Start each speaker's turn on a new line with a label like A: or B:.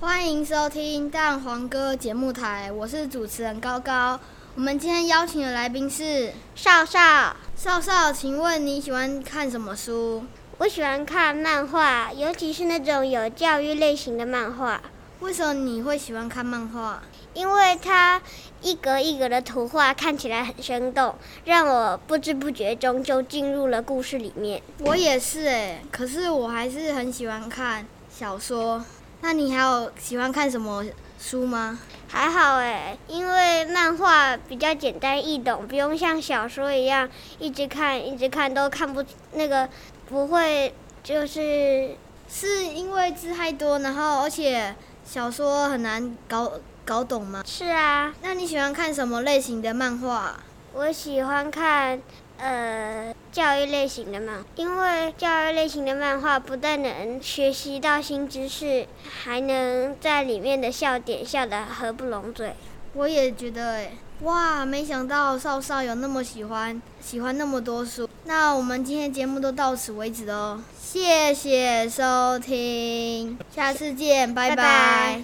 A: 欢迎收听蛋黄哥节目台，我是主持人高高。我们今天邀请的来宾是
B: 少少，
A: 少少，请问你喜欢看什么书？
B: 我喜欢看漫画，尤其是那种有教育类型的漫画，
A: 为什么你会喜欢看漫画？
B: 因为它一格一格的图画看起来很生动，让我不知不觉中就进入了故事里面。
A: 我也是诶，可是我还是很喜欢看小说。那你还有喜欢看什么书吗？
B: 还好诶，因为漫画比较简单易懂，不用像小说一样一直看一直看都看不那个不会就是
A: 是因为字太多，然后而且小说很难搞搞懂吗？
B: 是啊，
A: 那你喜欢看什么类型的漫画？
B: 我喜欢看呃教育类型的漫，因为教育类型的漫画不但能学习到新知识，还能在里面的笑点笑得合不拢嘴。
A: 我也觉得哎，哇，没想到少少有那么喜欢，喜欢那么多书。那我们今天节目都到此为止喽，谢谢收听，下次见，拜拜。
B: 拜拜